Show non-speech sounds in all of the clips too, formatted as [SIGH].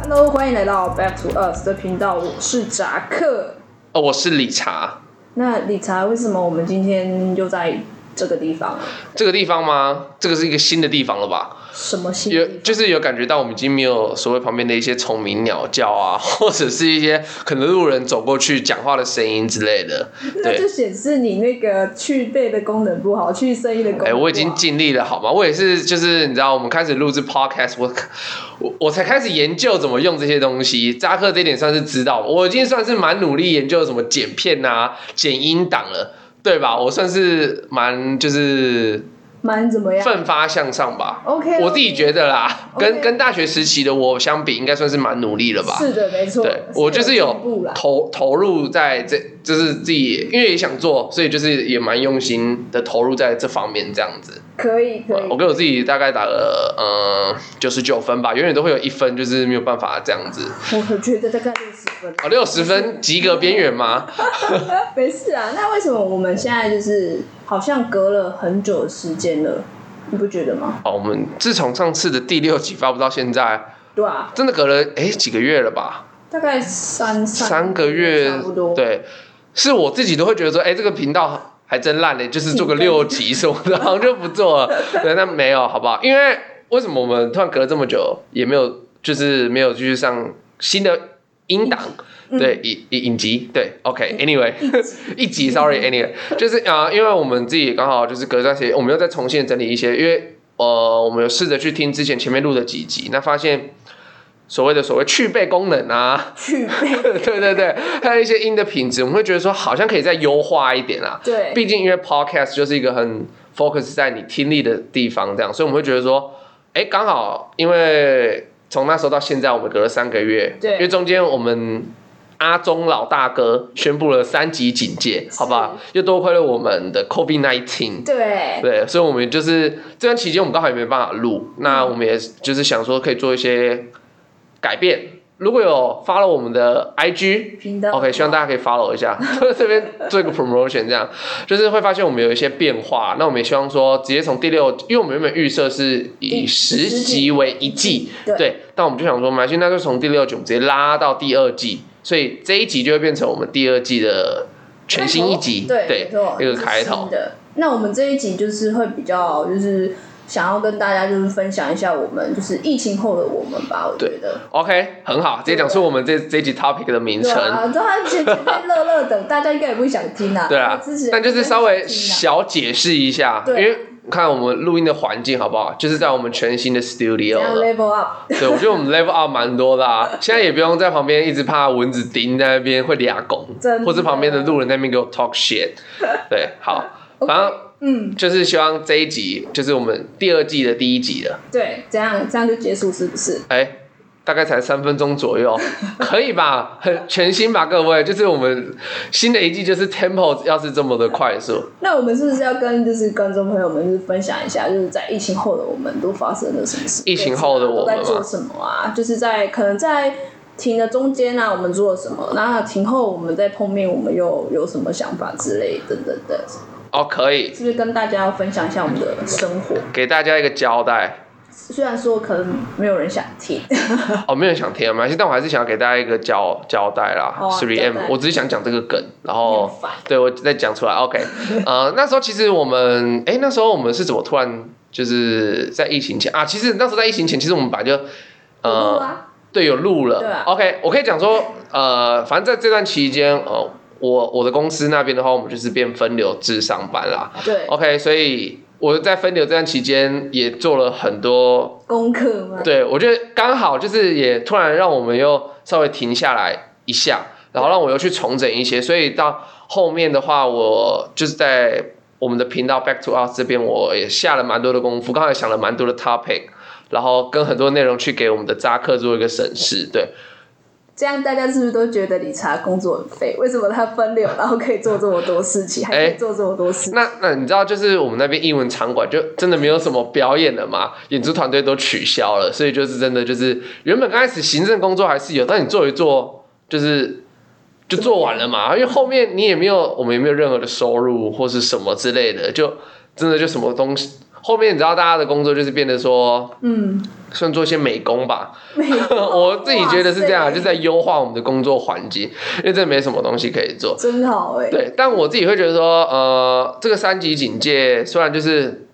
Hello，欢迎来到 Back to Us 的频道，我是扎克。哦，我是理查。那理查，为什么我们今天又在这个地方？这个地方吗？这个是一个新的地方了吧？什么新有地方？就是有感觉到我们已经没有所谓旁边的一些虫鸣鸟叫啊， [LAUGHS] 或者是一些可能路人走过去讲话的声音之类的。那就对，显示你那个去背的功能不好，去声音的功能哎、不好。我已经尽力了，好吗？我也是，就是你知道，我们开始录制 podcast，我我我才开始研究怎么用这些东西。扎克这一点算是知道，我已经算是蛮努力研究怎么剪片啊、剪音档了，对吧？我算是蛮就是蛮怎么样奋发向上吧。 ？OK，我自己觉得啦，啊 OK 跟跟大学时期的我相比，应该算是蛮努力了吧。是的，没错。对，我就是进步有啦。投投入在这，就是自己因为也想做，所以就是也蛮用心的投入在这方面这样子。可以可我以，给我自己大概打了嗯九十九分吧，永远都会有一分就是没有办法这样子。我觉得大概六十分。哦，六 [LAUGHS] 十分及格边缘吗？没事啊，那为什么我们现在就是好像隔了很久的时间了？你不觉得吗？哦，我们自从上次的第六集发布到现在，对啊，真的隔了哎几个月了吧？大概三三三个月差不多。对，是我自己都会觉得说，哎、这个频道还真烂嘞，就是做个六集什么的，然后就不做 [LAUGHS] 了。对，那没有，好不好？因为为什么我们突然隔了这么久，也没有就是没有继续上新的音档？嗯对，影影影集，对，OK，Anyway，、一集，Sorry，Anyway，就是 [LAUGHS] 啊、呃因为我们自己刚好就是隔段时间，我们又再重新整理一些，因为呃，我们有试着去听之前前面录的几集，那发现所谓的所谓去背功能啊，去 [LAUGHS] 背。 [LAUGHS] 对对对，还有一些音的品质，我们会觉得说好像可以再优化一点啦。啊对，毕竟因为 podcast 就是一个很 focus 在你听力的地方，这样，所以我们会觉得说，哎，刚好因为从那时候到现在，我们隔了三个月，对因为中间我们。阿中老大哥宣布了三级警戒，好不好？又多亏了我们的 COVID nineteen，对，对，所以我们就是这段期间，我们刚好也没办法录，那我们也就是想说可以做一些改变。如果有 follow 我们的 IG 频道 OK，希望大家可以 follow 一下， [LAUGHS] 这边做一个 promotion，这样就是会发现我们有一些变化。那我们也希望说，直接从第六，因为我们原本预设是以第十十集集为一季，对但我们就想说，马现那就从第六集我们直接拉到第二季，所以这一集就会变成我们第二季的全新一集，对，对没错，，一个这是开头新。的。那我们这一集就是会比较，就是想要跟大家就是分享一下我们就是疫情后的我们吧，我觉得。 OK，很好，直接讲出我们这这一集 topic 的名对称。啊，都还前前面乐乐等，大家应该也不会想听啊。对啊之前，但就是稍微听啊小解释一下，因对为看我们录音的环境好不好，就是在我们全新的 studio 要了。 level up，对，我觉得我们 level up 蛮多 [LAUGHS] 的啊，现在也不用在旁边一直怕蚊子叮在那边会俩拱真的，或是旁边的路人在那边给我 talk shit。对， [LAUGHS] 好，反正嗯，就是希望这一集就是我们第二季的第一集了。对，这样这样就结束是不是？哎、大概才三分钟左右， [LAUGHS] 可以吧？很全新吧，各位，就是我们新的一季就是 tempo 要是这么的快速，那我们是不是要跟就是观众朋友们就是分享一下，就是在疫情后的我们都发生了什么事？疫情后的我们吗都在做什么啊？就是在可能在停的中间啊，我们做了什么？那停后我们再碰面，我们又有什么想法之类等等等，哦，可以是不是跟大家分享一下我们的生活？给大家一个交代。虽然说可能没有人想听，哦，没有人想听啊，没关系，但我还是想要给大家一个交交代啦好。啊 Three 交 M，代我只是想讲这个梗，然你 [LAUGHS] 后很烦对我再讲出来。OK，呃，那时候其实我们，哎、那时候我们是怎么突然就是在疫情前啊？其实那时候在疫情前，其实我们本来就有呃录啊，对，有录了。对啊 OK，我可以讲说，呃，反正在这段期间，呃，我我的公司那边的话，我们就是变分流制上班啦。对， OK，所以我在分流这段期间也做了很多，功课吗？对我觉得刚好就是也突然让我们又稍微停下来一下，然后让我又去重整一些，所以到后面的话，我就是在我们的频道 Back to Us 这边，我也下了蛮多的功夫，刚才想了蛮多的 topic。然后跟很多内容去给我们的扎克做一个审视，对，这样大家是不是都觉得理查工作很废？为什么他分流，然后可以做这么多事情，还可以哎做这么多事？那那你知道，就是我们那边英文场馆就真的没有什么表演了嘛，演出团队都取消了，所以就是真的就是原本刚开始行政工作还是有，但你做一做就是就做完了嘛，因为后面你也没有我们也没有任何的收入或是什么之类的，就真的就什么东西。后面你知道大家的工作就是变得说，嗯，算做些美工吧， [LAUGHS] 没有我自己觉得是这哇样，啊塞就在优化我们的工作环境，因为这没什么东西可以做。真好哎、对，但我自己会觉得说，呃，这个三级警戒虽然就是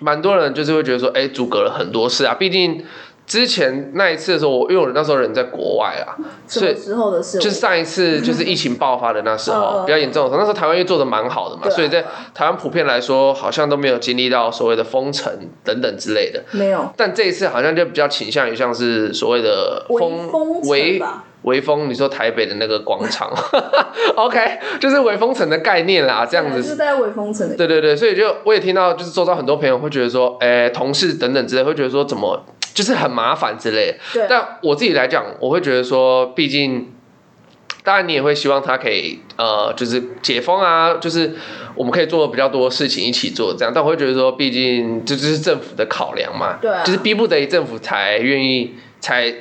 蛮多人就是会觉得说，哎，阻隔了很多事啊，毕竟。之前那一次的时候，我因为我那时候人在国外啊，什所以嗯么时候的事？就是上一次就是疫情爆发的那嗯时候，嗯比较严重的时候，那时候台湾又做的蛮好的嘛，对啊所以在台湾普遍来说，好像都没有经历到所谓的封城等等之类的。没有但这一次好像就比较倾向于像是所谓的微风风城微吧？微风，你说台北的那个广场 [LAUGHS] ，OK，就是微风城的概念啦，这样对啊子是。在微风城的。对对对，所以就我也听到，就是周遭很多朋友会觉得说，哎、同事等等之类，会觉得说怎么就是很麻烦之类的。对，但我自己来讲，我会觉得说，毕竟，当然你也会希望他可以呃，就是解封啊，就是我们可以做比较多事情一起做这样。但我会觉得说，毕竟这就是政府的考量嘛，对啊就是逼不得已政府才愿意才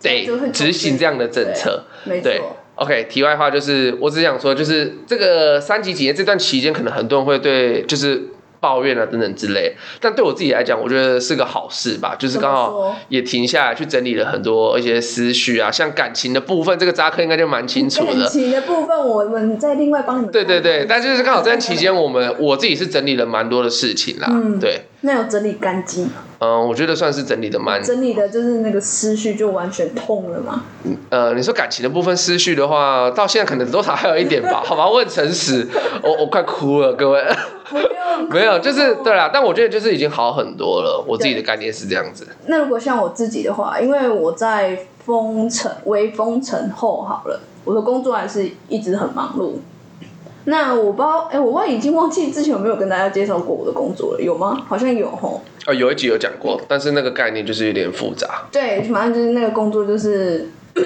得就很执行这样的政策。没对错， OK，题外话就是，我只想说，就是这个三级警戒这段期间，可能很多人会对就是抱怨啊等等之类，但对我自己来讲，我觉得是个好事吧，就是刚怎么说好也停下来去整理了很多一些思绪啊，像感情的部分，这个扎克应该就蛮清楚感的。情的部分，我们再另外帮你们。对对对，但就是刚好这段期间，我们我自己是整理了蛮多的事情啦。嗯对， [LAUGHS] 那有整理干净，嗯，我觉得算是整理的蛮整理的就是那个思绪就完全痛了嘛。呃，你说感情的部分失序的话，到现在可能多少还有一点吧，好吧，我很诚实，我我快哭了，各位。不用 [LAUGHS] 没有，就是对啦，但我觉得就是已经好很多了。我自己的概念是这样子，那如果像我自己的话，因为我在封城、微封城后好了，我的工作还是一直很忙碌。那我不知道，哎、我忘已经忘记之前有没有跟大家介绍过我的工作了，有吗？好像有吼。呃，有一集有讲过，但是那个概念就是有点复杂，对，反正就是那个工作就是 [COUGHS]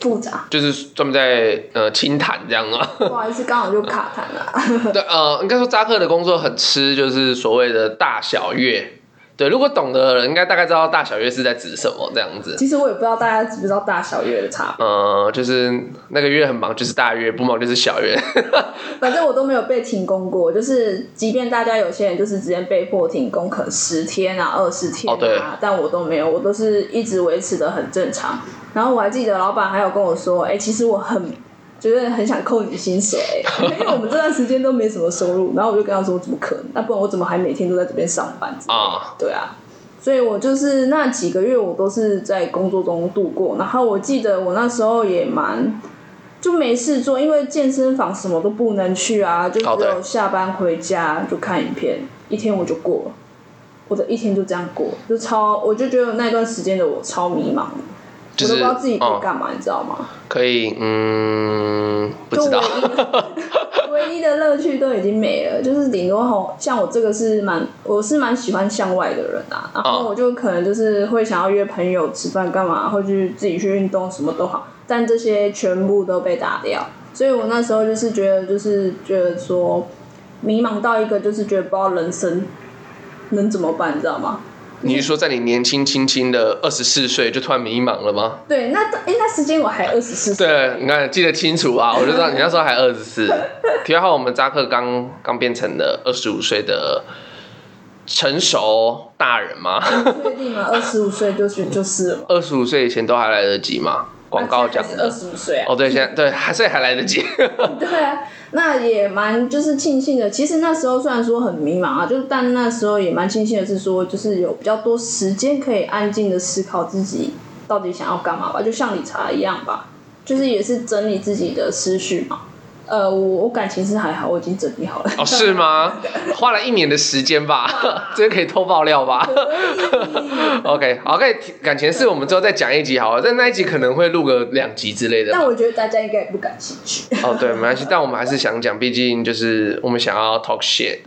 复杂，就是专门在呃清谈这样啊。不好意思，刚好就卡痰了。 [LAUGHS] 对，呃，应该说扎克的工作很吃就是所谓的大小月。对，如果懂的人应该大概知道大小月是在指什么这样子。其实我也不知道大家知不知道大小月的差呃，就是那个月很忙，就是大月；不忙就是小 [LAUGHS] 月。别， [LAUGHS] 反正我都没有被停工过。就是即便大家有些人就是直接被迫停工，可能十天啊、二十天哦对啊，但我都没有，我都是一直维持的很正常。然后我还记得老板还有跟我说，哎、其实我很。觉得很想扣你薪水、因为我们这段时间都没什么收入。然后我就跟他说：“怎么可能？那不然我怎么还每天都在这边上班？”啊对啊，所以我就是那几个月我都是在工作中度过。然后我记得我那时候也蛮就没事做，因为健身房什么都不能去啊，就哦只对有下班回家就看影片，一天我就过了。我的一天就这样过，就超，我就觉得那段时间的我超迷茫，就是我都不知道自己可以嗯干嘛，你知道吗？可以，嗯，不就知道。唯一唯 [LAUGHS] 一的乐趣都已经没了，就是顶多吼，像我这个是蛮，我是蛮喜欢向外的人啊，然后嗯我就可能就是会想要约朋友吃饭干嘛，或去自己去运动什么都好，但这些全部都被打掉，所以我那时候就是觉得就是觉得说迷茫到一个就是觉得不知道人生能怎么办，你知道吗？你是说在你年轻轻轻的二十四岁就突然迷茫了吗？对， [LAUGHS] 那哎、那时间我还二十四岁，对，你看记得清 [LAUGHS] 楚啊！我就知道你那时候还二十四。题外话，我们扎克刚刚变成了二十五岁的成熟大人嘛，确定吗？二十五岁就去就是了嘛， [LAUGHS] 二十五岁以前都还来得及嘛？广告讲二的。十五岁啊。哦，对，现在对，还所以还来得 [LAUGHS] 及。对啊，那也蛮就是庆幸的。其实那时候虽然说很迷茫啊，就是但那时候也蛮庆幸的是说，就是有比较多时间可以安静的思考自己到底想要干嘛吧，就像理查一样吧，就是也是整理自己的思绪嘛。呃，我我感情是还好，我已经整理好了。哦，是吗？花了一年的时 [LAUGHS] 间吧，这个可以偷爆料吧？OK，好，可以感情是我们之后再讲一集好了，但那一集可能会录个两集之类的吧。但我觉得大家应该也不感兴趣，哦，对，没关系，但我们还是想讲，毕竟就是我们想要 talk shit。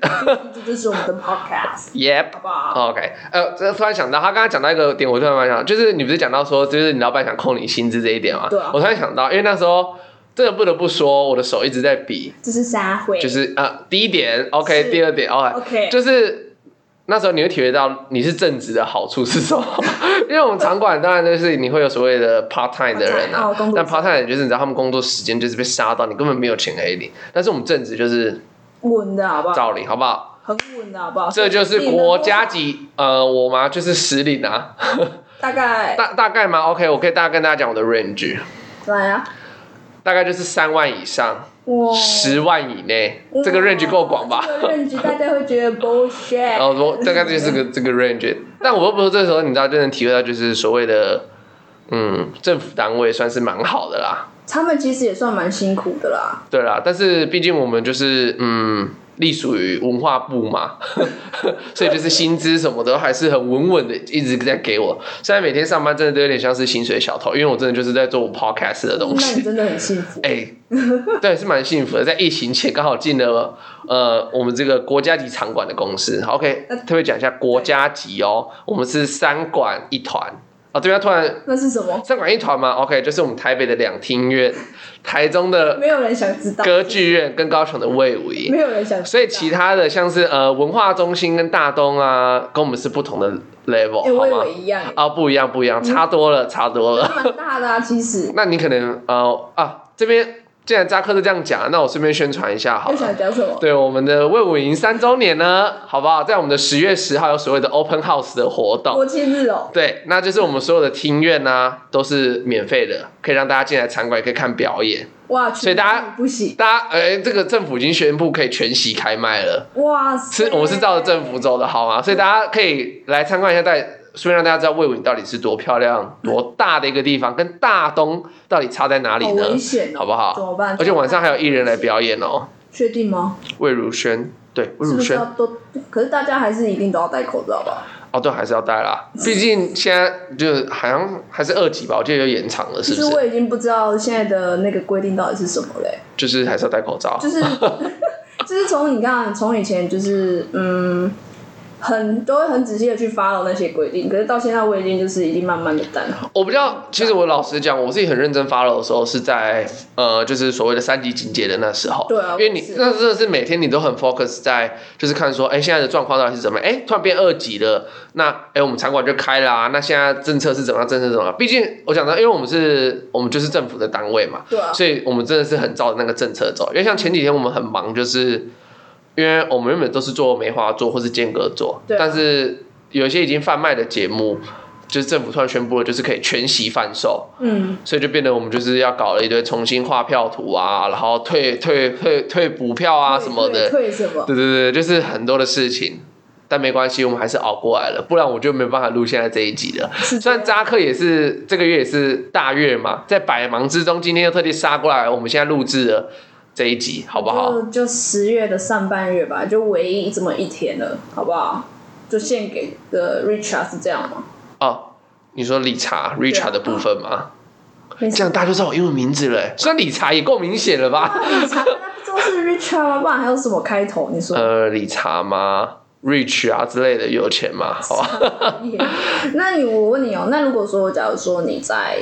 这就是我们的 podcast， Yep。好不好？ OK，呃，这突然想到，他刚刚讲到一个点，我突然蛮想到，就是你不是讲到说，就是你老板想控你薪资这一点嘛？对啊我突然想到，因为那时候真的不得不说，我的手一直在比，这是沙会，就是呃，第一点 OK，是第二点 OK，, OK 就是那时候你会体会到你是正职的好处是什么？ [LAUGHS] 因为我们场馆当然就是你会有所谓的 part time 的人 part time，啊哦工，作但 part time 的人就是你知道他们工作时间就是被杀到，你根本没有钱可以领，但是我们正职就是稳的好不好？照领，好不好？很稳的好不好？哦这就是所以你能国多家级，呃，我嘛就是实领啊，大概 [LAUGHS] 大大概嘛，OK，我可以大概跟大家讲我的 range，来啊，大概就是三万以上，哇，十万以内，这个哦哇 range 够广吧？哦这个 range 大家会觉得 bullshit，然后说大概就是个这个 range，但我又不是这时候你知道就能体会到就是所谓的，嗯，政府单位算是蛮好的啦，他们其实也算蛮辛苦的啦。对啦，但是毕竟我们就是嗯。隶属于文化部嘛， [LAUGHS] 所以就是薪资什么的还是很稳稳的，一直在给我。虽然每天上班真的都有点像是薪水小偷，因为我真的就是在做我 podcast 的东那西你。真的很幸福，哦哎、对，是蛮幸福的。在疫情前刚好进了呃我们这个国家级场馆的公司。OK，特呃别讲一下国家级哦，我们是三馆一团。啊，对啊，突然那是什么？三馆一团嘛，OK，就是我们台北的两厅院、台中的没有人想知道，歌剧院跟高雄的卫武营。没有人想知道。所以其他的像是呃文化中心跟大东啊，跟我们是不同的 level，、哎，我好以吗？为一样，啊，不一样，不一样，差多了，差多了。蛮大 [LAUGHS] 的啊，其实。那你可能呃啊，这边既然扎克都这样讲，那我顺便宣传一下好又了。想讲什么？对我们的魏武营三周年呢，好不好？在我们的十月十号有所谓的 Open House 的活动国，庆日哦，对，那就是我们所有的厅院啊都是免费的，可以让大家进来参观，也可以看表演。哇，所所以大家不行，大家，哎、这个政府已经宣布可以全席开卖了，哇塞，是我们是照着政府走的，好吗？所以大家可以来参观一下，再顺便让大家知道魏武营到底是多漂亮、多大的一个地方，跟大东到底差在哪里好呢危？险哦，好不好怎么办？而且晚上还有艺人来表演哦，确定吗？魏如萱，对，魏是如不是萱要，都？可是大家还是一定都要戴口罩吧？哦，对，还是要戴啦，毕竟现在就是好像还是二级吧，我记得有延长了，是其不实是？我已经不知道现在的那个规定到底是什么嘞，就是还是要戴口罩就，是 [LAUGHS] 就是从你看，从以前就是嗯。很都会很仔细的去 follow 那些规定，可是到现在我已经就是已经慢慢的淡好。 [LAUGHS] 我比较，其实我老实讲，我自己很认真 follow 的时候是在呃，就是所谓的三级警戒的那时候。对啊因为你我也是那真的是每天你都很 focus 在，就是看说，哎、现在的状况到底是怎么样？哎、突然变二级了，那哎、我们场馆就开啦、那现在政策是怎么样？政策是怎么样？毕竟我讲到，因为我们是，我们就是政府的单位嘛，对啊，所以我们真的是很照着那个政策走。因为像前几天我们很忙，就是因为我们原本都是做梅花座或是间隔座，对啊但是有一些已经贩卖的节目，就是政府突然宣布了，就是可以全席贩售，嗯，所以就变得我们就是要搞了一堆重新画票图啊，然后退退退退补票啊什么的，退退什么？对对对，就是很多的事情。但没关系，我们还是熬过来了，不然我就没办法录现在这一集了。是虽然扎克也是这个月也是大月嘛，在百忙之中，今天又特地杀过来，我们现在录制了这一集，好不好？就就十月的上半月吧，就唯一这么一天了，好不好？就献给的 Richard 是这样吗？哦，你说理查 Richard 的部分吗？没这事，[LAUGHS] 样大家就知道我英文名字了哦欸，虽然理查也够明显了吧？理查那都是 Richard 吗？不然还有什么开头？你说？呃，理查吗？Rich 啊之类的有钱吗？好吧，啊 [LAUGHS] 那你我问你哦，那如果说假如说你在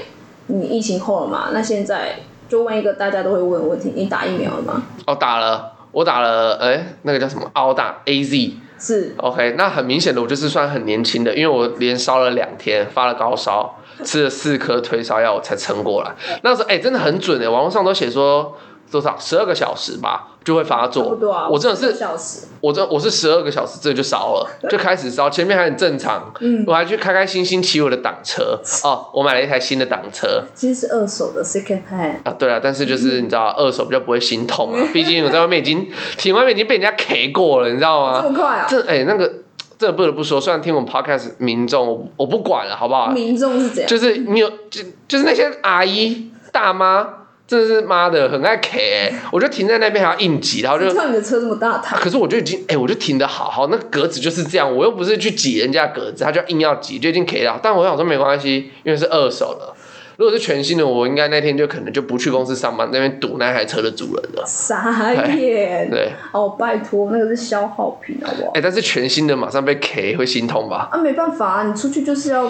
你疫情后了嘛，那现在就问一个大家都会问的问题，你打疫苗了吗？哦，打了，我打了，哎、那个叫什么？澳大 A Z。是 OK，那很明显的，我就是算很年轻的，因为我连烧了两天，发了高 [LAUGHS] 烧，吃了四颗退烧药，我才撑过来。那时候哎、真的很准哎、网络上都写说多少十二个小时吧就会发差不作多啊。我真的一个是，小时，我真我是十二个小时这就烧了，就开始烧，前面还很正常，嗯我还去开开心心骑我的挡车哦，我买了一台新的挡车其实是二手的 second hand。啊。对了，但是就是你知道，二手比较不会心痛啊，毕竟我在外面已经体外面已经被人家 K 过了，你知道吗？这 [LAUGHS] 么快啊！这哎、那个这不得不说，虽然听我们 podcast 民众，我我不管了，好不好？民众是怎样？就是你有就就是那些阿姨大妈，真的是妈的很爱 K，、欸、我就停在那边还要应急，然后就就。像你的车这么大，他可是我就已经，哎、我就停的好好，那格子就是这样，我又不是去挤人家格子，他就硬要挤，就已经 K 了。但我想说没关系，因为是二手的，如果是全新的，我应该那天就可能就不去公司上班，那边堵那台车的主人了。傻眼。对，哦，拜托，那个是消耗品，好不好哎、？但是全新的马上被 K 会心痛吧？啊，没办法啊，你出去就是要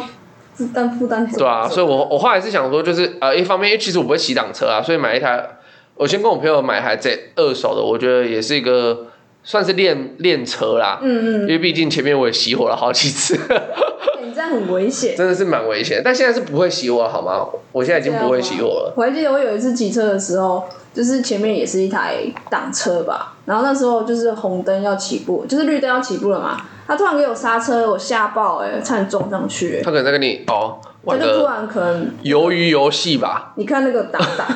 负担负担责任。对啊，所以我我后来是想说，就是呃，一方面因为其实我不会骑挡车啊，所以买一台，我先跟我朋友买一台这二手的，我觉得也是一个算是练练车啦，嗯因为毕竟前面我也熄火了好几次，嗯，你这样很危险。真的是蛮危险的。但现在是不会熄火了好吗？我现在已经不会熄火了。我还记得我有一次骑车的时候，就是前面也是一台挡车吧，然后那时候就是红灯要起步，就是绿灯要起步了嘛，他突然给我刹车，我吓爆哎、差点撞上去、欸，他可能在跟你哦他玩就突个然可能鱿鱼游戏吧。你看那个挡挡，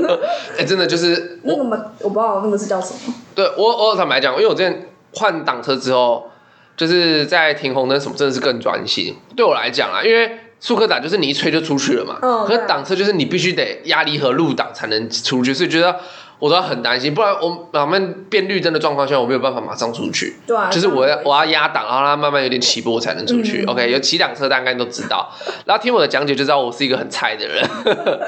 [LAUGHS] 哎、真的就是那个嘛，我不知道那个是叫什么，对我，我坦白讲，因为我之前换挡车之后，就是在停红灯什么，真的是更专心。对我来讲啦，啊因为速克打就是你一吹就出去了嘛，嗯可是对挡车就是你必须得压离合入档才能出去，所以觉得我都要很担心，不然我我们变绿灯的状况下，我没有办法马上出去。对啊，就是我要我哇，要压档，然后让它慢慢有点起步，我才能出去。嗯 OK，有骑档车大概都知道，然后听我的讲解就知道我是一个很菜的人。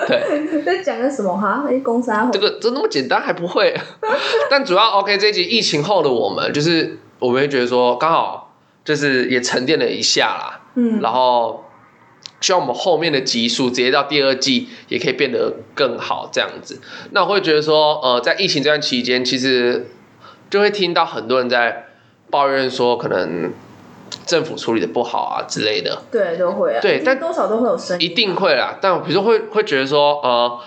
对，在讲个什么哈？哎，公司啊，这个真那么简单还不会？ [LAUGHS] 但主要 OK 这一集疫情后的我们，就是我们会觉得说，刚好就是也沉淀了一下啦，嗯，然后希望我们后面的集数直接到第二季也可以变得更好这样子。那我会觉得说，呃，在疫情这段期间，其实就会听到很多人在抱怨说，可能政府处理的不好啊之类的。对，都会啊，对但多少都会有声一音，啊定会啦，但比如说会会觉得说，呃，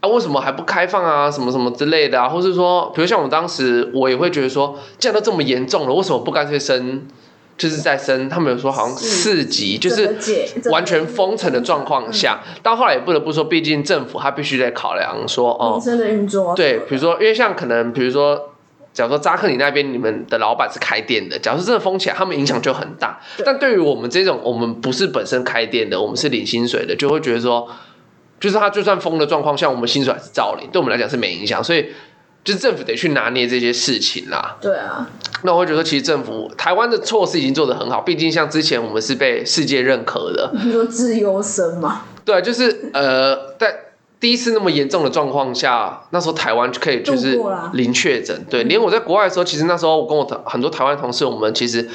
啊，为什么还不开放啊，什么什么之类的啊，或是说，比如像我当时，我也会觉得说，既然都这么严重了，为什么不干脆升，就是再升？他们有说好像是四级，就整是个解嗯完全封城的状况下，但后来也不得不说，毕竟政府他必须得考量说，哦、民生的运作啊，对，比如说，因为像可能，比如说，假如说扎克里那边你们的老板是开店的，假如说真的封起来，他们影响就很大。对但对于我们这种，我们不是本身开店的，我们是领薪水的，就会觉得说，就是他就算封的状况下，我们薪水还是照领，对我们来讲是没影响，所以。就是政府得去拿捏这些事情啦。对啊，那我会觉得，其实政府台湾的措施已经做得很好，毕竟像之前我们是被世界认可的，你说自由生嘛，对，啊就是呃，在第一次那么严重的状况下，那时候台湾就可以就是度过啦嗯零确诊。对，连我在国外的时候，其实那时候我跟我的很多台湾同事，我们其实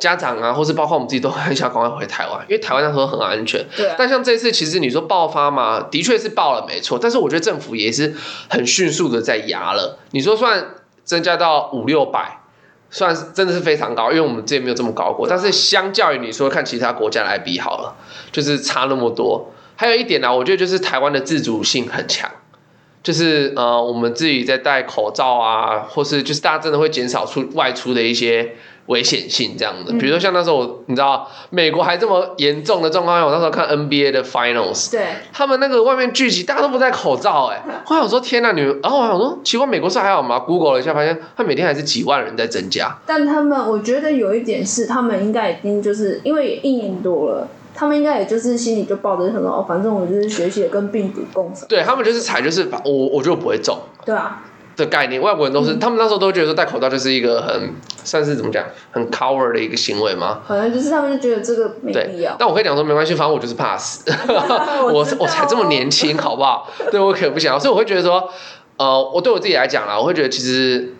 家长啊，或是包括我们自己，都很想赶快回台湾，因为台湾那时候很安全。对啊，但像这次，其实你说爆发嘛，的确是爆了，没错。但是我觉得政府也是很迅速的在压了。你说算增加到五六百，算是真的是非常高，因为我们之前没有这么高过。但是相较于你说看其他国家来比好了，就是差那么多。还有一点呢、啊我觉得就是台湾的自主性很强。就是呃，我们自己在戴口罩啊，或是就是大家真的会减少出外出的一些危险性这样的。嗯比如说像那时候我，你知道美国还这么严重的状况下，我那时候看 NBA 的 Finals，对，他们那个外面聚集，大家都不戴口罩、欸，哎，我想说天呐，你们，然后我想说奇怪，美国是还好吗？Google 了一下，发现他每天还是几万人在增加，但他们，我觉得有一点是，他们应该已经就是因为也一年多了，他们应该也就是心里就抱着想说，哦，反正我就是学习地跟病毒共存，对他们就是采就是把我我觉得我不会中对啊，的概念，外国人都是，他们那时候都觉得说戴口罩就是一个很算是怎么讲，很 cover 的一个行为吗？好像就是他们就觉得这个没必对要，，但我可以讲说没关系，反正我就是怕死， [LAUGHS] 我知道我才这么年轻，好不好？对我可不想要，所以我会觉得说，呃，我对我自己来讲啦，我会觉得其实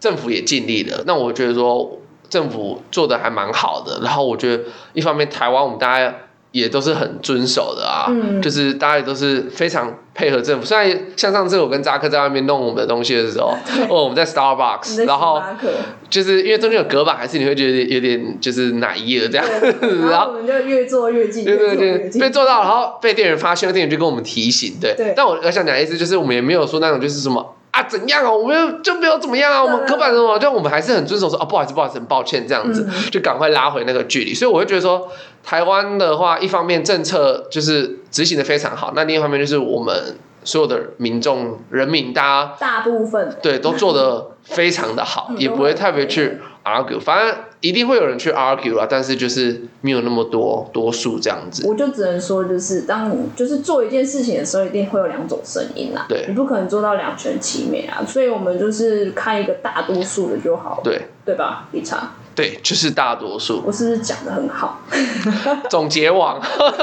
政府也尽力了，那我觉得说政府做的还蛮好的，然后我觉得一方面台湾我们大家也都是很遵守的啊，嗯就是大家也都是非常配合政府。虽然像上次我跟扎克在外面弄我们的东西的 [LAUGHS] 时候，哦，我们 [LAUGHS] 在你 Starbucks，在然 [LAUGHS] 后星巴克就是因为中间有隔板，还是你会觉得有点就是奶液这样，对， [LAUGHS] 然然后后我们 [LAUGHS] 就越做越近，对越做对越对，被近，做到，然后被店员发现，店员就跟我们提醒，对。对但我我想讲的意思就是，我们也没有说那种就是什么啊怎样啊，我们又就没有怎么样啊，我们对刻板什么，就我们还是很遵守说啊不好意思不好意思，很抱歉这样子，嗯就赶快拉回那个距离。所以我会觉得说，台湾的话，一方面政策就是执行的非常好，那另一方面就是我们所有的民众人民大家大部分对，都做的非常的好，嗯也不会特别去 argue，反正一定会有人去 argue 啦，但是就是没有那么多多数这样子。我就只能说，就是当你就是做一件事情的时候，一定会有两种声音啦，对你不可能做到两全其美啊，所以我们就是看一个大多数的就好，对对吧，理查？对，就是大多数。我是不是讲的很好？总结网， [LAUGHS]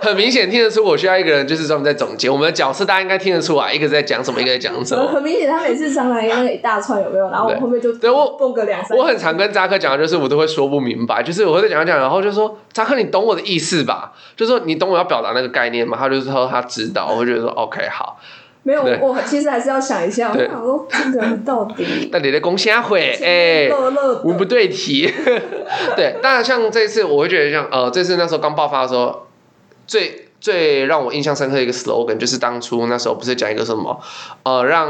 很明显听得出我需要一个人就是专门在总结我们的角色，大家应该听得出来，一个在讲什么，一个在讲 [LAUGHS] 什么。很明显，他每次上来那个一大串有没有？然后我对后面就对我蹦个两三我，很常跟扎克讲，的就是我都会说不明白，就是我会讲一讲，然后就说扎克，你懂我的意思吧？就说你懂我要表达那个概念吗？他就说他知道，我会觉得说 OK 好，没有对我其实还是要想一下，我对想说这个人到底那你的公虾会 [LAUGHS] 哎。乐 [LAUGHS] 乐文不对题。对，但像这次，我会觉得像呃，这次那时候刚爆发的时候，最最让我印象深刻的一个 slogan 就是当初那时候不是讲一个什么，呃，让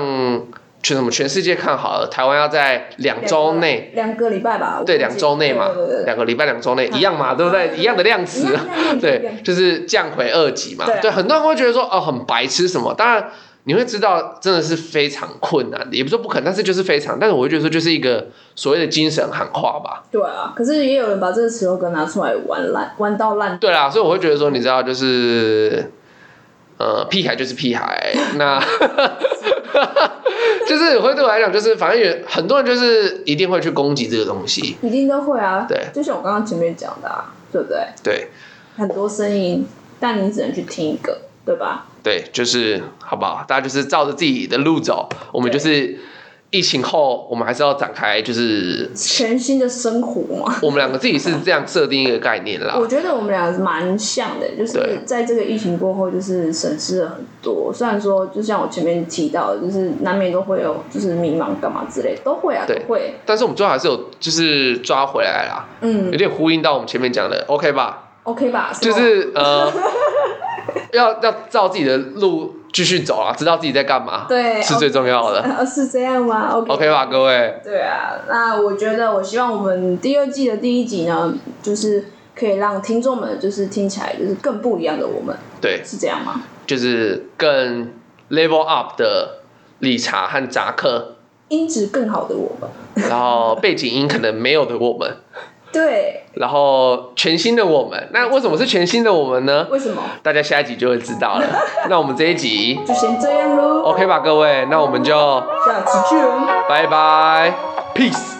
全什么全世界看好了，台湾要在两周内。两个礼拜吧，对，两周内嘛对对，对两个礼拜、两周内嗯一样嘛，对不对？嗯一样的量词一样一样，一 [LAUGHS] 对样，就是降回二级嘛对啊。对，很多人会觉得说，哦，很白痴什么？当然你会知道，真的是非常困难的，也不是说不可能，但是就是非常。但是我会觉得说，就是一个所谓的精神喊话吧。对啊。可是也有人把这个 slogan 拿出来玩烂，玩到烂。对啦，所以我会觉得说，你知道，就是呃，屁孩就是屁孩，那 [LAUGHS] 就是会对我来讲，就是反正也很多人就是一定会去攻击这个东西，一定都会啊，对就像我刚刚前面讲的啊，对不对？对。很多声音，但你只能去听一个，对吧？对，就是好不好？大家就是照着自己的路走。我们对就是疫情后，我们还是要展开，就是全新的生活嘛。我们两个自己是这样设定一个概念啦我。觉得我们俩蛮像的，就是对在这个疫情过后，就是省思了很多。虽然说，就像我前面提到的，就是难免都会有就是迷茫干嘛之类，都会啊，都对会。但是我们最后还是有就是抓回来啦，嗯有点呼应到我们前面讲的，OK 吧？ ，OK 吧？就吧是呃，哦要要照自己的路继续走啊，知道自己在干嘛，对是最重要的。呃 [LAUGHS] 是这样吗？OK OK 吧，各位？对啊，那我觉得，我希望我们第二季的第一集呢，就是可以让听众们就是听起来就是更不一样的我们，对，是这样吗？就是更 level up 的理查和扎克，音质更好的我们，然后背景音可能没有的我们。对，然后全新的我们，那为什么是全新的我们呢？为什么？大家下一集就会知道了。那我们这一集就先哦这样喽， OK 吧，各位，那我们就下次见。拜拜，peace。